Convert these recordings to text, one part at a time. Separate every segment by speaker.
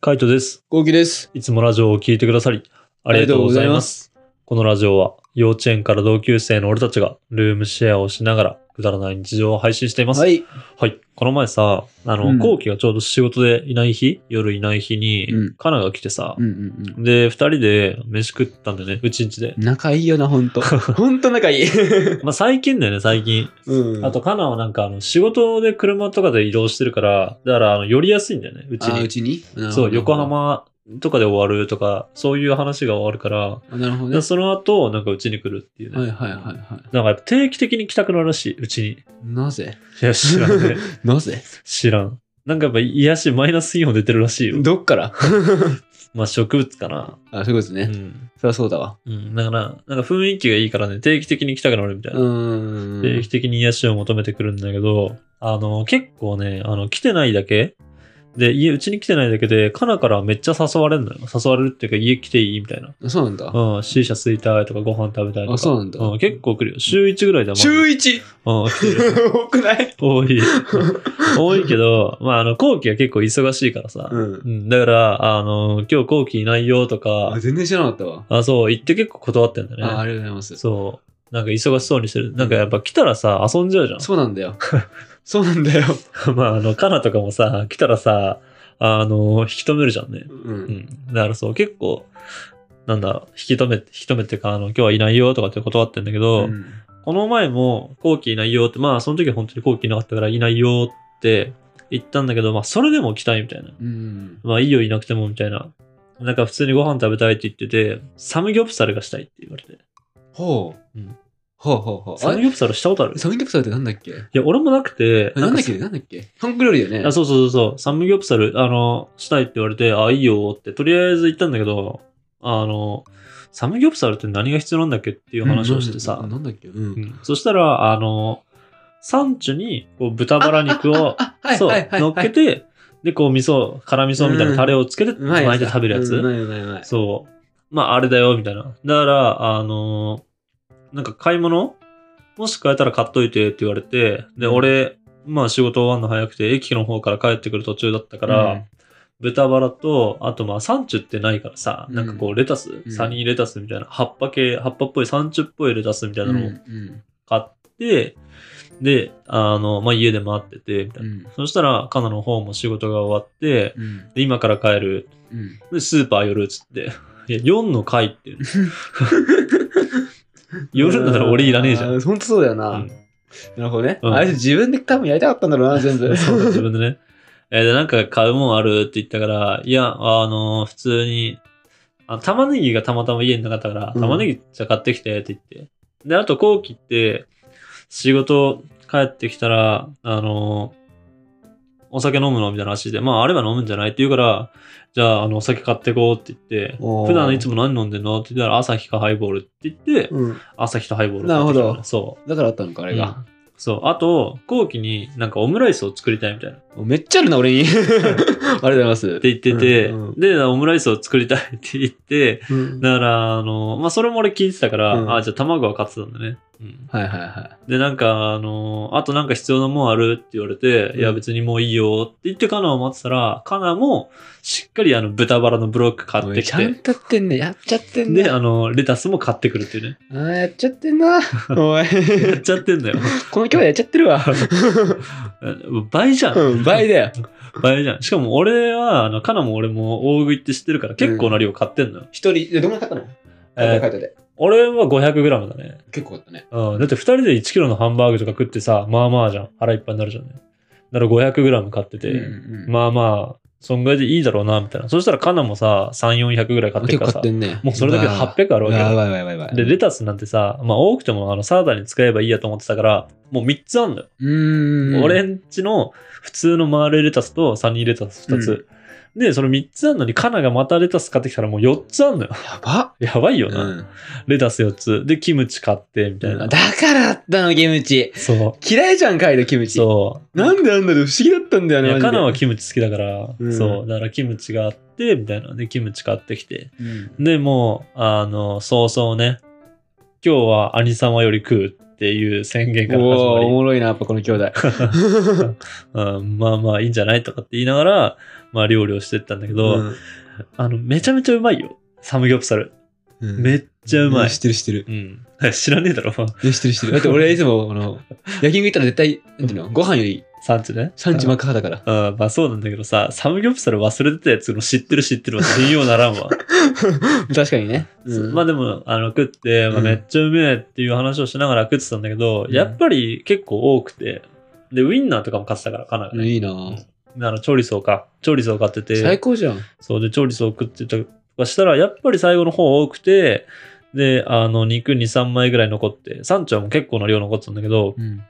Speaker 1: カイトです。
Speaker 2: ゴーキです。
Speaker 1: いつもラジオを聞いてくださり、ありがとうございます。このラジオは、幼稚園から同級生の俺たちが、ルームシェアをしながら、くだらない日常を配信しています。
Speaker 2: はい。
Speaker 1: はい。この前さ、あの、
Speaker 2: うん
Speaker 1: 後期がちょうど仕事でいない日、夜いない日に、
Speaker 2: うん
Speaker 1: カナが来てさ、
Speaker 2: うんうん
Speaker 1: で、二人で飯食ったんだよね、うちんちで
Speaker 2: う。ん。仲いいよな、ほ んと。ほんと仲いい。
Speaker 1: まあ、最近だよね、最近。
Speaker 2: うん。
Speaker 1: あと、カナはなんか、あの、仕事で車とかで移動してるから、だから、あの、寄りやすいんだよね、うち
Speaker 2: あ、う
Speaker 1: に。
Speaker 2: ちに
Speaker 1: そう、横。浜とかで終わるとか、そういう話が終わるから、
Speaker 2: なるほど
Speaker 1: で
Speaker 2: ね。
Speaker 1: その後、なんかうちに来るっていうね。
Speaker 2: はいはいはいは
Speaker 1: なんかやっぱ定期的に来たくなるらしい、うちに。い
Speaker 2: い。なぜ
Speaker 1: や、知らんね。
Speaker 2: なぜ
Speaker 1: 知らん。なんかやっぱ癒しマイナスイオン出てるらしいよ。
Speaker 2: どっから
Speaker 1: まあ植物かな。
Speaker 2: あ、そういうこと
Speaker 1: う
Speaker 2: ね。
Speaker 1: ん。
Speaker 2: そりゃそうだわ。
Speaker 1: うん。だから、なんか雰囲気がいいからね、定期的に来たくなるみたいうな。
Speaker 2: ん。
Speaker 1: 定期的に癒しを求めてくるんだけど、あの、結構ね、あの、来てないだけで、家、うちに来てないだけで、カナからめっちゃ誘われるのよ。誘われるっていうか、家来ていいみたいな。
Speaker 2: あそうなんだ。
Speaker 1: うん、シーシャ吸いたいとか、ご飯食べたいとか。
Speaker 2: あそうなんだ
Speaker 1: ん、結構来るよ。週1ぐらいだもん。
Speaker 2: 週 1!
Speaker 1: うん、来てるよ
Speaker 2: 多くない
Speaker 1: 多 い。多いけど、まあ、あの、後期は結構忙しいからさ。
Speaker 2: う。
Speaker 1: うんん。だから、あの、今日後期いないよとか
Speaker 2: あ、、全然知らなかったわ。
Speaker 1: あ、そう、行って結構断ってんだね。
Speaker 2: あ、ありがとうございます。
Speaker 1: そう。なんか忙しそうにしてる。なんかやっぱ来たらさ、遊んじゃうじ
Speaker 2: そうなんだ よ。そうなんだよ。
Speaker 1: ゃん。 まあ、あの、カナとかもさ、来たらさ、あの、引き止めるじゃんね。
Speaker 2: う。
Speaker 1: うんん。だからそう、結構、なんだろう、引き止め、引き止めっていうか、あの、今日はいないよとかって断ってんだけど、
Speaker 2: うん
Speaker 1: この前も後期いないよって、まあその時は本当に後期いなかったからいないよって言ったんだけど、まあそれでも来たいみたいな。
Speaker 2: うん。
Speaker 1: まあいいよいなくてもみたいな。なんか普通にご飯食べたいって言ってて、サムギョプサルがしたいって言われて。
Speaker 2: ほう
Speaker 1: うん。
Speaker 2: ほうほうほう。
Speaker 1: サムギョプサルしたことあるい
Speaker 2: サムギョプサルってなんだっけ
Speaker 1: や、俺もなくて。
Speaker 2: なんだっけ
Speaker 1: か
Speaker 2: なんだっけ韓国料理だよね。
Speaker 1: あそうそうそうそう。サムギョプサル、あの、したいって言われて、あ、いいよって、とりあえず言ったんだけど、あの、サムギョプサルって何が必要なんだっけっていう話をしてさ
Speaker 2: うん。なんだっけう。
Speaker 1: うんんそしたら、あの、サンチュにこう豚バラ肉を
Speaker 2: あ、はい
Speaker 1: そう
Speaker 2: はい、はい。
Speaker 1: 乗っけて、で、こう、味噌、辛味噌みたいなタレをつけて、
Speaker 2: うまいや
Speaker 1: 巻い
Speaker 2: つだ
Speaker 1: て食べるや
Speaker 2: うんうま
Speaker 1: つ。
Speaker 2: いうまいうまい。
Speaker 1: そう。まあ、あれだよ、みたいな。だから、あのーなんか買い物もし買えたら買っといてって言われて、で、俺、まあ仕事終わるの早くて、駅の方から帰ってくる途中だったから、
Speaker 2: うん
Speaker 1: 豚バラと、あとまあサンチュってないからさ、なんかこうレタス、
Speaker 2: ん
Speaker 1: サニーレタスみたいな、葉っぱ系、葉っぱっぽいサンチュっぽいレタスみたいな
Speaker 2: うん
Speaker 1: のを買って、で、あの、まあ家で待ってて、みたいな
Speaker 2: う。ん
Speaker 1: そしたら、カナの方も仕事が終わって、
Speaker 2: うん
Speaker 1: で今から帰る。
Speaker 2: うん
Speaker 1: で、スーパー寄るっつって。いや、4の 回って いうの。寄るんだったら俺いらねえじゃん。
Speaker 2: あ
Speaker 1: うん
Speaker 2: ーほんとそうだよな。なるほどね。
Speaker 1: うん
Speaker 2: あれ自分で多分やりたかったんだ ろうな、全部。
Speaker 1: そう自分でね。えーで、なんか買うもんあるって言ったから、いや、あの普通に、あ玉ねぎがたまたま家になかったから、
Speaker 2: うん
Speaker 1: 玉ねぎじゃ買ってきてって言って。で、あと後期って、仕事帰ってきたら、あのお酒飲むのみたいな話で、まあ、あれば飲むんじゃないって言うから、じゃあ、あの、お酒買ってこうって言って、
Speaker 2: おー
Speaker 1: 普段いつも何飲んでんのって言ったら、朝日かハイボールって言って、
Speaker 2: うん。
Speaker 1: 朝日とハイボール
Speaker 2: なるほど
Speaker 1: そう。
Speaker 2: だからあったのか、あ
Speaker 1: あ
Speaker 2: れが。
Speaker 1: そう。あと、後期になんかオムライスを作りたいみたいな。
Speaker 2: めっちゃあるな、俺 に。ありがとうございます。
Speaker 1: って言ってて、
Speaker 2: うんうん
Speaker 1: で、オムライスを作りたいって言って、
Speaker 2: うん
Speaker 1: だから、あの、まあ、それも俺聞いてたから、
Speaker 2: うん
Speaker 1: あ、じゃあ卵は買ってたんだね。うん
Speaker 2: はいはいはい。
Speaker 1: で、なんか、あの、あとなんか必要なもんあるって言われて、
Speaker 2: うん
Speaker 1: いや、別にもういいよって言ってカナを待ってたら、カナもしっかりあの、豚バラのブロック買ってき
Speaker 2: ちゃん
Speaker 1: て、
Speaker 2: とやってんね。やっちゃってんね。
Speaker 1: で、あの、レタスも買ってくるっていうね。
Speaker 2: あーやっちゃってんな。 おい。
Speaker 1: やっちゃってんだよ。
Speaker 2: このキャラやっちゃってるわ。
Speaker 1: 倍じゃん。
Speaker 2: うん、倍だよ。
Speaker 1: 倍じゃん。しかも俺は、あの、カナも俺も大食いって知ってるから、結構な量買ってんのよ。
Speaker 2: 一人、でどんな買ったの
Speaker 1: えー
Speaker 2: いてて。
Speaker 1: 俺は 500g だね。
Speaker 2: 結構買ったね。
Speaker 1: うん、だって2人で1キロのハンバーグとか食ってさ、まあまあじゃん。腹いっぱいになるじゃんね。だから 500g 買ってて、
Speaker 2: うんうん
Speaker 1: まあまあ、そんぐらいでいいだろうな、みたいな。そしたらカナもさ、3、400ぐらい買ってるからさ、
Speaker 2: んね
Speaker 1: もうそれだけで800あるわけ
Speaker 2: や
Speaker 1: よ。
Speaker 2: ばいやばいやばいやばい。
Speaker 1: で、レタスなんてさ、まあ多くてもあのサラダに使えばいいやと思ってたから、もう3つあんだよ。
Speaker 2: うーん。
Speaker 1: 俺んちの普通の丸いレタスとサニーレタス2つ。で、その3つあんのにカナがまたレタス買ってきたらもう4つあんのよ。
Speaker 2: やば
Speaker 1: やばいよな。
Speaker 2: うん
Speaker 1: レタス4つ。で、キムチ買って、みたいな。
Speaker 2: だからあったの、キムチ。
Speaker 1: そう。
Speaker 2: 嫌いじゃん、カイド、キムチ。
Speaker 1: そう。
Speaker 2: なんでなんだろう、不思議だったんだよ
Speaker 1: い
Speaker 2: ね、マ
Speaker 1: や、
Speaker 2: ジで
Speaker 1: カナはキムチ好きだから、
Speaker 2: うん
Speaker 1: そう、だからキムチがあって、みたいな。で、キムチ買ってきて。
Speaker 2: うん
Speaker 1: で、もう、あの、そうそうね、今日は兄様より食うってっていう宣言から
Speaker 2: お
Speaker 1: 始ま
Speaker 2: お
Speaker 1: り
Speaker 2: お、もろいな、やっぱこの兄弟。
Speaker 1: うん、まあまあいいんじゃないとかって言いながら、まあ料理をしてったんだけど、
Speaker 2: うん
Speaker 1: あの、めちゃめちゃうまいよ。サムギョプサル。
Speaker 2: うん
Speaker 1: めっちゃうまい
Speaker 2: 知。ってる知ってる。
Speaker 1: うん。 知らねえだろ、
Speaker 2: いや知ってる知ってる。だって俺いつも、あの、焼き肉行ったら絶対、なんていうの、ご飯より
Speaker 1: 産地ね。
Speaker 2: 産地真っ赤 だから。
Speaker 1: うん、まあそうなんだけどさ、サムギョプサル忘れてたやつの知ってる知ってるは信用ならんわ。
Speaker 2: 確かにね。うん
Speaker 1: まあでも、あの、食って、まあ、
Speaker 2: うん
Speaker 1: めっちゃうめえっていう話をしながら食ってたんだけど、
Speaker 2: うん
Speaker 1: やっぱり結構多くて、で、ウインナーとかも買ってたから、かなり、
Speaker 2: いいな
Speaker 1: あの、調理層か。調理層買って
Speaker 2: 最
Speaker 1: て、
Speaker 2: 高じゃん。
Speaker 1: そうで、調理層食ってたりとかしたら、やっぱり最後の方多くて、で、あの、肉2、3枚ぐらい残って、サンチョも結構な量残ってたんだけど、
Speaker 2: うん。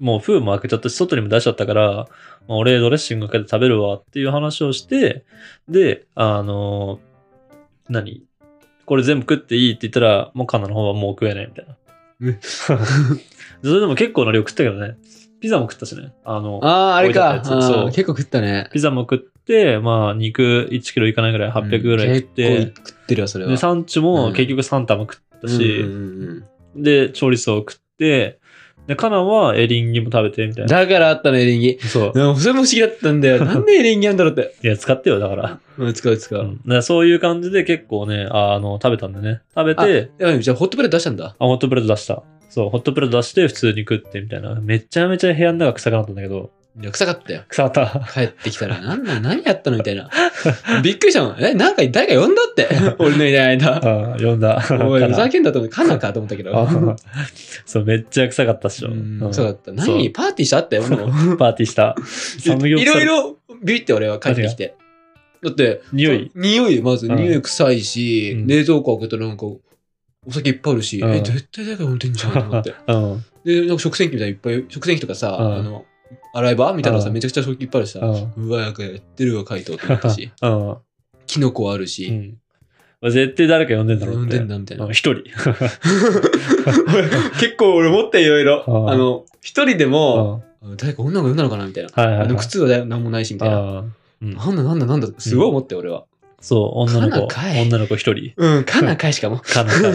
Speaker 1: もう封も開けちゃったし、外にも出しちゃったから、まあ、俺ドレッシングかけて食べるわっていう話をして、で、あのー何これ全部食っていいって言ったら、もうカナの方はもう食えないみたいな。
Speaker 2: え
Speaker 1: それでも結構な量食ったけどね。ピザも食ったしね。あの、
Speaker 2: ああ、あれ
Speaker 1: 置
Speaker 2: か。
Speaker 1: いてあったやつそう
Speaker 2: あー結構食ったね。
Speaker 1: ピザも食って、まあ肉1キロいかないぐらい800ぐらい食って、
Speaker 2: うん結構食ってるよ、それは。
Speaker 1: で、サンチュも
Speaker 2: うん
Speaker 1: 結局3玉食ったし、
Speaker 2: うんうんうん
Speaker 1: で、調理層を食って、で、カナはエリンギも食べてみたいな。
Speaker 2: だからあったの、エリンギ。
Speaker 1: そう。
Speaker 2: でもそれも不思議だったんだよ。なんでエリンギなんだろうって。
Speaker 1: いや、使ってよ、だから。
Speaker 2: うん、使う使
Speaker 1: うんだ
Speaker 2: う。
Speaker 1: からそういう感じで結構ね、ああの、食べたんでね。食べて、
Speaker 2: えじゃあ、ホットプレート出したんだ。
Speaker 1: あ、ホットプレート出した。そう、ホットプレート出して普通に食ってみたいな。めちゃめちゃ部屋の中臭くなったんだけど、
Speaker 2: いや臭かったよ。
Speaker 1: 臭かった。
Speaker 2: 帰ってきたら、なんなん、何やったのみたいな。びっくりしたもん。え、なんか誰か呼んだって。俺のいない間。
Speaker 1: あ読んだ。
Speaker 2: おい、
Speaker 1: か
Speaker 2: ふ
Speaker 1: な
Speaker 2: ざけんだと思って、カナかと思ったけど。
Speaker 1: あそう、めっちゃ臭かったっしょ。
Speaker 2: うん
Speaker 1: うん
Speaker 2: そうだった。
Speaker 1: そ
Speaker 2: 何
Speaker 1: う
Speaker 2: パーティーしたって俺 も
Speaker 1: パーティーした。サムギョプ
Speaker 2: い
Speaker 1: サ
Speaker 2: ろ
Speaker 1: ル
Speaker 2: いろビビって俺は帰ってきて。だって、
Speaker 1: 匂い。
Speaker 2: 匂い、まず
Speaker 1: うん
Speaker 2: 匂い臭いし、
Speaker 1: うん
Speaker 2: 冷蔵庫開けたらなんか、お酒いっぱいあるし、
Speaker 1: うん
Speaker 2: え、絶対誰か飲んでんじゃんと 思って。
Speaker 1: うん。
Speaker 2: で、なんか食洗機みたいないっぱい、食洗機とかさ、
Speaker 1: うん
Speaker 2: あの、洗い場みたいなのさ、
Speaker 1: うん
Speaker 2: めちゃくちゃ食器いっぱいあるしさ、
Speaker 1: う
Speaker 2: うわ、なんかやってるわ、カイトって思ったし、
Speaker 1: うん。
Speaker 2: キノコある
Speaker 1: う
Speaker 2: し、
Speaker 1: ん。まあ絶対誰か呼んでんだろ
Speaker 2: 飲
Speaker 1: うんって。
Speaker 2: でんだみたいな
Speaker 1: う。ん一人。
Speaker 2: 結構俺思っていろいろ
Speaker 1: うん
Speaker 2: あの、一人で
Speaker 1: う
Speaker 2: も、
Speaker 1: ん
Speaker 2: 誰か女の子呼んだのかなみたいな。
Speaker 1: はいは
Speaker 2: あ
Speaker 1: い
Speaker 2: の
Speaker 1: はい。
Speaker 2: 靴は何もないしみたいな。
Speaker 1: あーうん
Speaker 2: なんだなんだなんだすごい思って俺は。
Speaker 1: そう、女の子
Speaker 2: カナかい、
Speaker 1: 女の子一人。
Speaker 2: うん、かなかいしかも。
Speaker 1: カナが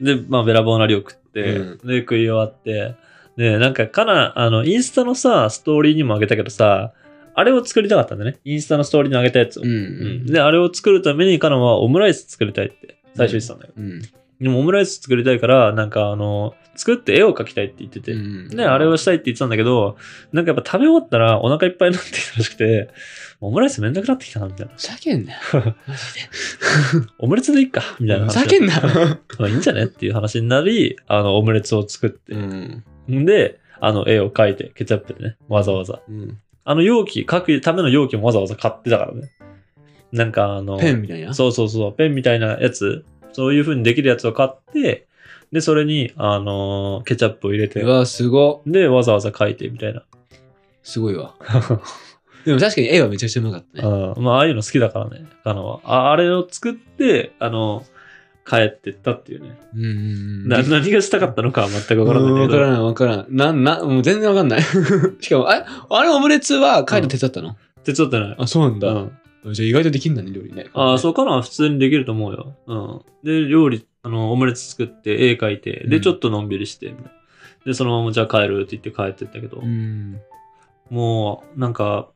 Speaker 1: で、まあ、べらぼうな量食って、
Speaker 2: うん
Speaker 1: で、食い終わって、で、なんか、カナ、あの、インスタのさ、ストーリーにもあげたけどさ、あれを作りたかったんだね。インスタのストーリーにあげたやつを。
Speaker 2: う
Speaker 1: うん
Speaker 2: ん。
Speaker 1: で、あれを作るためにカナはオムライス作りたいって、最初言ってたんだよ。
Speaker 2: うん。
Speaker 1: でも、オムライス作りたいから、なんか、あの、作って絵を描きたいって言ってて、
Speaker 2: うん
Speaker 1: ね、あれをしたいって言ってたんだけど、なんかやっぱ食べ終わったらお腹いっぱいになってきたらしくて、オムライスめんどくなってきたな、みたいな。
Speaker 2: ふざけんなよ。
Speaker 1: オムレツでいいか、みたいな
Speaker 2: ふ
Speaker 1: 話だ
Speaker 2: ざ
Speaker 1: った。
Speaker 2: けんな。
Speaker 1: まあいいんじゃねっていう話になり、あの、オムレツを作って、
Speaker 2: うん。
Speaker 1: ん、で、あの、絵を描いて、ケチャップでね、わざわざ。
Speaker 2: うん
Speaker 1: あの容器、描くための容器もわざわざ買ってたからね。なんかあの、
Speaker 2: ペンみたいな。
Speaker 1: そうそうそう、ペンみたいなやつ、そういう風にできるやつを買って、で、それに、あのーケチャップを入れて
Speaker 2: う、わ、すご。
Speaker 1: で、わざわざ描いてみたいな。
Speaker 2: すごい わ。でも確かに絵はめちゃくちゃうまかったね。
Speaker 1: うん、まあ、ああいうの好きだからね、カナは。ああれを作って、あの、帰ってったっていうね。
Speaker 2: うんうんうん。
Speaker 1: な何がしたかったのかは全くわからないんだ
Speaker 2: わ
Speaker 1: けど。
Speaker 2: からん、わからん。なん、な、もう全然わかんない。 しかも、あれ、あれオムレツはカイト手伝ったの
Speaker 1: 手伝ってない。
Speaker 2: あ、そうなん
Speaker 1: う
Speaker 2: だ。
Speaker 1: ん
Speaker 2: じゃあ意外とできんだね、料理ね。
Speaker 1: ああ、
Speaker 2: う。
Speaker 1: そうかな普通にできると思うよ。うん。で、料理、あの、オムレツ作って、絵描いて、
Speaker 2: う
Speaker 1: で、
Speaker 2: ん
Speaker 1: ちょっとのんびりして、で、そのままじゃあ帰るって言って帰ってったけど、
Speaker 2: うん。
Speaker 1: もう、なんか、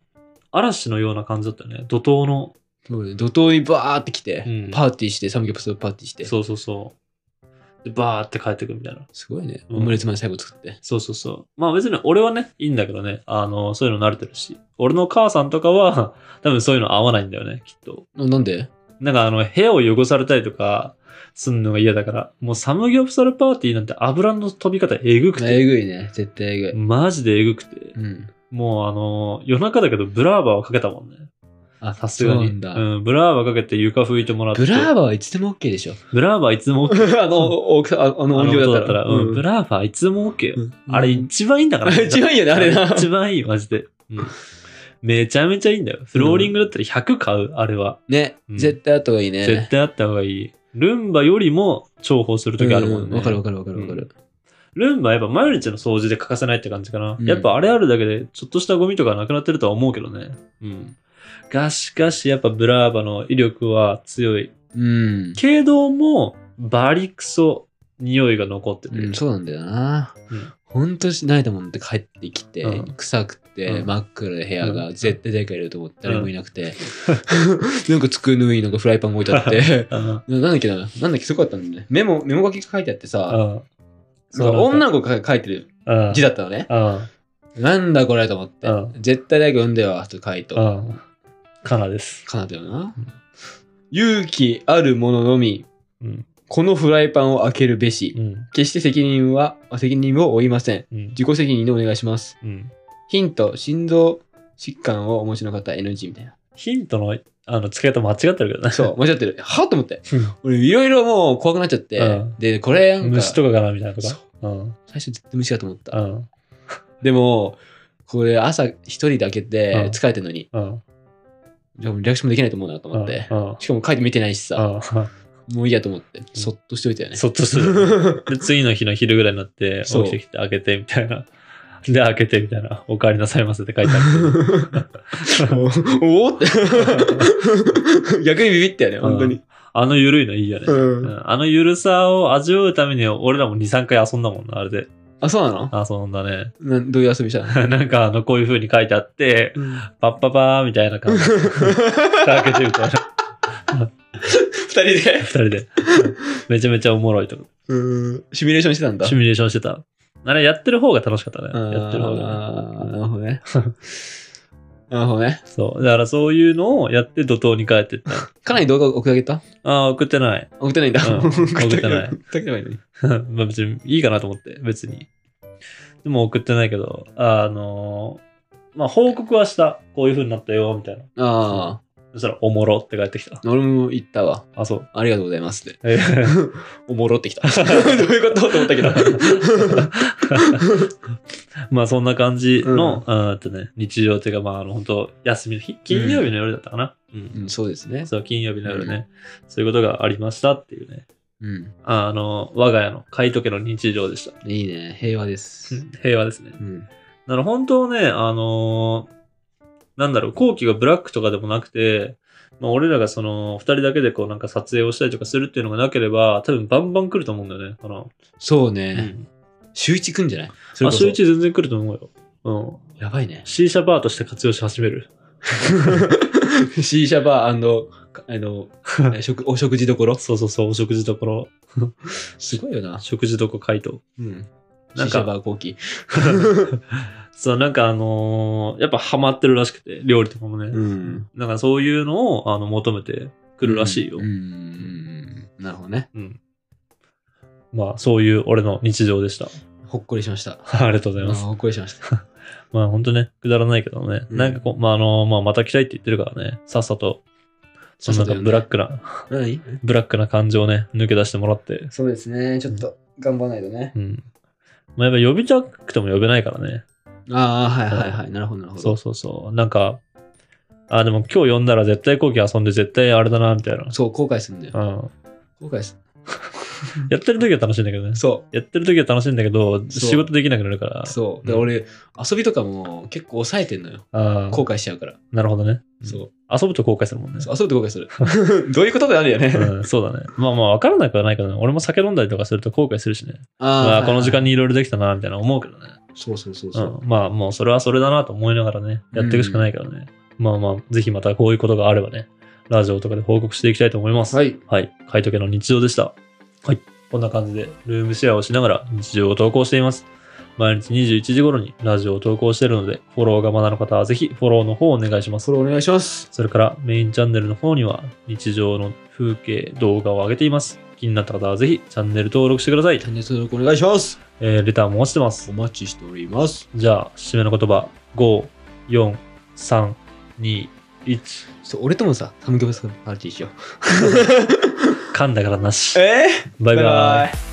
Speaker 1: 嵐のような感じだったよね。怒涛の。
Speaker 2: そうね、怒涛にバーって来て、
Speaker 1: うん
Speaker 2: パーティーして、サムギョプサルパーティーして。
Speaker 1: そうそうそう。で、バーって帰ってくみたいな。
Speaker 2: すごいね。
Speaker 1: うん
Speaker 2: オムレツまで最後作って。
Speaker 1: そうそうそう。まあ別に俺はね、いいんだけどね。あの、そういうの慣れてるし。俺の母さんとかは、多分そういうの合わないんだよね、きっと。
Speaker 2: ななんで
Speaker 1: なんかあの、部屋を汚されたりとか、すんのが嫌だから、もうサムギョプサルパーティーなんて油の飛び方えぐくて。
Speaker 2: えぐいね。絶対えぐい。
Speaker 1: マジでえぐくて。
Speaker 2: うん。
Speaker 1: もうあの、夜中だけどブラーバーをかけたもんね。
Speaker 2: あ、
Speaker 1: さすがに。
Speaker 2: そうなんだ
Speaker 1: ん、ブラーバーかけて床拭いてもらって。
Speaker 2: ブラーバーはいつでも OK でしょ。
Speaker 1: ブラーバーいつも OK。
Speaker 2: あの、大きさ、ああの
Speaker 1: あ
Speaker 2: 音
Speaker 1: の
Speaker 2: 量
Speaker 1: 音だ
Speaker 2: だっ
Speaker 1: ったたら、
Speaker 2: ら。
Speaker 1: うん、ブラーバーいつも OK よ。
Speaker 2: うん
Speaker 1: あれ一番いいんだから。
Speaker 2: 一番いいよね、あれな。
Speaker 1: 一番いいよ、マジで。うん。めちゃめちゃいいんだよ。フローリングだったら100買う、あれは。
Speaker 2: ね、
Speaker 1: うん
Speaker 2: 絶対あった方がいいね。
Speaker 1: 絶対あった方がいい。ルンバよりも重宝する時あるもん
Speaker 2: う
Speaker 1: ね。
Speaker 2: わかるわかるわかるわかる。
Speaker 1: ルンバはやっぱ毎日の掃除で欠かせないって感じかな。
Speaker 2: うん
Speaker 1: やっぱあれあるだけで、ちょっとしたゴミとかなくなってるとは思うけどね。うん。がしかし、やっぱブラーバの威力は強い。
Speaker 2: うん。
Speaker 1: けども、バリクソ、匂いが残ってて。
Speaker 2: うん、そうなんだよな。
Speaker 1: うん
Speaker 2: ほんとしないと思って帰ってきて、
Speaker 1: うん
Speaker 2: 臭くて、
Speaker 1: うん
Speaker 2: 真っ暗で部屋が、
Speaker 1: う
Speaker 2: 絶対誰かいると思って誰もいなくて、 なんか机の上になんかフライパンが置いてあって、
Speaker 1: あ
Speaker 2: ななんだっけな、なんだっけ、すごかったんだよね。メモ、メモ書きが書いてあってさ、
Speaker 1: あ
Speaker 2: なんか女の子が書いてる
Speaker 1: の
Speaker 2: 字だったのね。
Speaker 1: あ
Speaker 2: なんだこれと思って
Speaker 1: う、
Speaker 2: 絶対誰か読んでよ、と書い
Speaker 1: あ
Speaker 2: と。
Speaker 1: ああかなです。
Speaker 2: かなだよな
Speaker 1: うん。
Speaker 2: 勇気ある者のみ、
Speaker 1: うん。
Speaker 2: このフライパンを開けるべし
Speaker 1: う。ん。
Speaker 2: 決して責任は、責任を負いません。
Speaker 1: うん。
Speaker 2: 自己責任でお願いします。
Speaker 1: うん
Speaker 2: ヒント、心臓疾患をお持ちの方 NG みたいな。
Speaker 1: ヒントの、あの、付け方間違ってるけどね。
Speaker 2: そう、間違ってる。 はと思って。俺、いろいろもう怖くなっちゃって。
Speaker 1: うん
Speaker 2: で、これなんか、
Speaker 1: 虫とかかなみたいなこと
Speaker 2: そ
Speaker 1: うん。
Speaker 2: 最初絶対虫かと思った。
Speaker 1: うん。
Speaker 2: でも、これ朝一人だけ
Speaker 1: うん
Speaker 2: で疲れてるのに、
Speaker 1: うん。
Speaker 2: じゃあリアクションもできないと思うなと思って。
Speaker 1: うん。うん
Speaker 2: しかも書いて見てないしさ、
Speaker 1: う
Speaker 2: もういいやと思って、そっとしといたよ
Speaker 1: ん
Speaker 2: ね。
Speaker 1: そっとする。で、次の日の昼ぐらいになって、
Speaker 2: そう
Speaker 1: 起きてきて、開けて、みたいな。 で、開けて、みたいな。お帰りなさいませって書いてある。
Speaker 2: おおって。 逆にビビったよね、
Speaker 1: うん
Speaker 2: 本当に。
Speaker 1: あの緩いのいいよね。
Speaker 2: う。
Speaker 1: うんんあのゆるさを味わうために俺らも2、3回遊んだもんな、あれで。
Speaker 2: あ、そうなの
Speaker 1: 遊んだね。
Speaker 2: などういう遊びしたの
Speaker 1: なんかあの、こういう風に書いてあって、パッパパーみたいな感じで、 蓋開けてみたいな、
Speaker 2: 二人で
Speaker 1: 二人で。めちゃめちゃおもろいとか。
Speaker 2: うんシミュレーションしてたんだ。
Speaker 1: シミュレーションしてた。あれやってる方が楽しかったね。やってる方が。
Speaker 2: あーなるほ どね。なるほどね。
Speaker 1: そう。だからそういうのをやって怒涛に帰ってった。
Speaker 2: かなり動画送ってあげた
Speaker 1: ああ、送ってない。
Speaker 2: 送ってないんだ。
Speaker 1: うん送ってない
Speaker 2: 送ってあげればいいのに。
Speaker 1: まあ別にいいかなと思って、別に。でも送ってないけど、あのーまあ報告はした。こういう風になったよ、みたいな。
Speaker 2: あ
Speaker 1: そしたら、おもろって帰ってきた。
Speaker 2: あ、俺も言ったわ。
Speaker 1: あ、そう。
Speaker 2: ありがとうございま すって。
Speaker 1: えー
Speaker 2: おもろってきた。ど ういうことと思ったけど。
Speaker 1: まあそんな感じの、あーっとね、日常っていうか、まああの本当休みの日、金曜日の夜だったかな。うん。
Speaker 2: うん、そうですね。
Speaker 1: そう、金曜日の夜ね、そういうことがありましたっていうね。
Speaker 2: うん。
Speaker 1: あの、我が家の海斗家の日常でした。
Speaker 2: いいね。平和です。
Speaker 1: 平和ですね。
Speaker 2: うん。
Speaker 1: だから本当ね、あのーなんだろう、後期がブラックとかでもなくて、まあ、俺らがその、二人だけでこうなんか撮影をしたりとかするっていうのがなければ、多分バンバン来ると思うんだよね。あの、
Speaker 2: そう
Speaker 1: う
Speaker 2: ね。
Speaker 1: ん。
Speaker 2: 週一くんじゃないそれ
Speaker 1: あ、
Speaker 2: こそ
Speaker 1: 週一全然来ると思うよ。うん。
Speaker 2: やばい ね。
Speaker 1: C 社バーとして活用し始める。
Speaker 2: シーシャバーかあ の、え食お食事どころ
Speaker 1: そうそうそう、お食事どころ、
Speaker 2: すごいよな。
Speaker 1: 食事どこ回答。
Speaker 2: うん。
Speaker 1: な
Speaker 2: シ
Speaker 1: んか
Speaker 2: ーシャバー後期。
Speaker 1: そう、なんかあのーやっぱハマってるらしくて、料理とかもね。
Speaker 2: ん。
Speaker 1: なんかそういうのをあの求めてくるらしいよ。
Speaker 2: うんうん。なるほどね。
Speaker 1: うんまあ、そういう俺の日常でした。
Speaker 2: ほっこりしました。
Speaker 1: ありがとうございます。
Speaker 2: ほっこりしま した。
Speaker 1: まあ、ほんとね、くだらないけどね。
Speaker 2: うん
Speaker 1: なんかこう、まあ、あの、まあ、また来たいって言ってるからね、さっさと、そのなんか
Speaker 2: さっさとよね
Speaker 1: ブラックな、
Speaker 2: 何
Speaker 1: ブラックな感情をね、抜け出してもらって。
Speaker 2: そうですね。ちょっと頑張らないとね。
Speaker 1: うん。まあ、やっぱ呼びたくても呼べないからね。
Speaker 2: ああ、はいはいはい。なるほどなるほど。
Speaker 1: そうそうそう。なんか、あ、でも今日呼んだら絶対後期遊んで絶対あれだな、みたいな。
Speaker 2: そう、後悔するんだよ。
Speaker 1: うん。
Speaker 2: 後悔す
Speaker 1: やってる時は楽しいんだけどね
Speaker 2: る。。そ
Speaker 1: やってる時は楽しいんだけど、仕事できなくなるから。
Speaker 2: う。そう。で、
Speaker 1: うん
Speaker 2: 俺、遊びとかも結構抑えてんのよ。
Speaker 1: あ
Speaker 2: 後
Speaker 1: あ、
Speaker 2: 悔しちゃうから。
Speaker 1: なるほどね。
Speaker 2: そう。
Speaker 1: 遊ぶと後悔するもんね。
Speaker 2: そう遊ぶと後悔 する。 どういうことであるよね。
Speaker 1: うん、そうだね。まあまあ、わからなくはないけどね。俺も酒飲んだりとかすると後悔するしね。ま
Speaker 2: あ
Speaker 1: あ、この時間
Speaker 2: に。
Speaker 1: にいろいろできたな、みたいな思うけどね。
Speaker 2: そうそうそう
Speaker 1: う
Speaker 2: そう。
Speaker 1: ん、まあ、もうそれはそれだなと思いながらね、やっていくしかないからね。まあまあ、ぜひまたこういうことがあればね、ラジオとかで報告していきたいと思います。
Speaker 2: はい。
Speaker 1: はい。カイト家の日常でした。はい。こんな感じで、ルームシェアをしながら日常を投稿しています。毎日21時頃にラジオを投稿しているので、フォローがまだの方はぜひフォローの方をお願いします
Speaker 2: そ。れお願いします。
Speaker 1: それからメインチャンネルの方には日常の風景、動画を上げています。気になった方はぜひチャンネル登録してください
Speaker 2: チ。ャンネル登録お願いします。
Speaker 1: えーレターも落ちてます
Speaker 2: お。待ちしております。
Speaker 1: じゃあ、締めの言葉、5、4、3、2、1。
Speaker 2: そう、俺ともさ、サムギョプサルパーティーしよう。
Speaker 1: 噛んだからなし。
Speaker 2: え
Speaker 1: バイバイ。
Speaker 2: イ。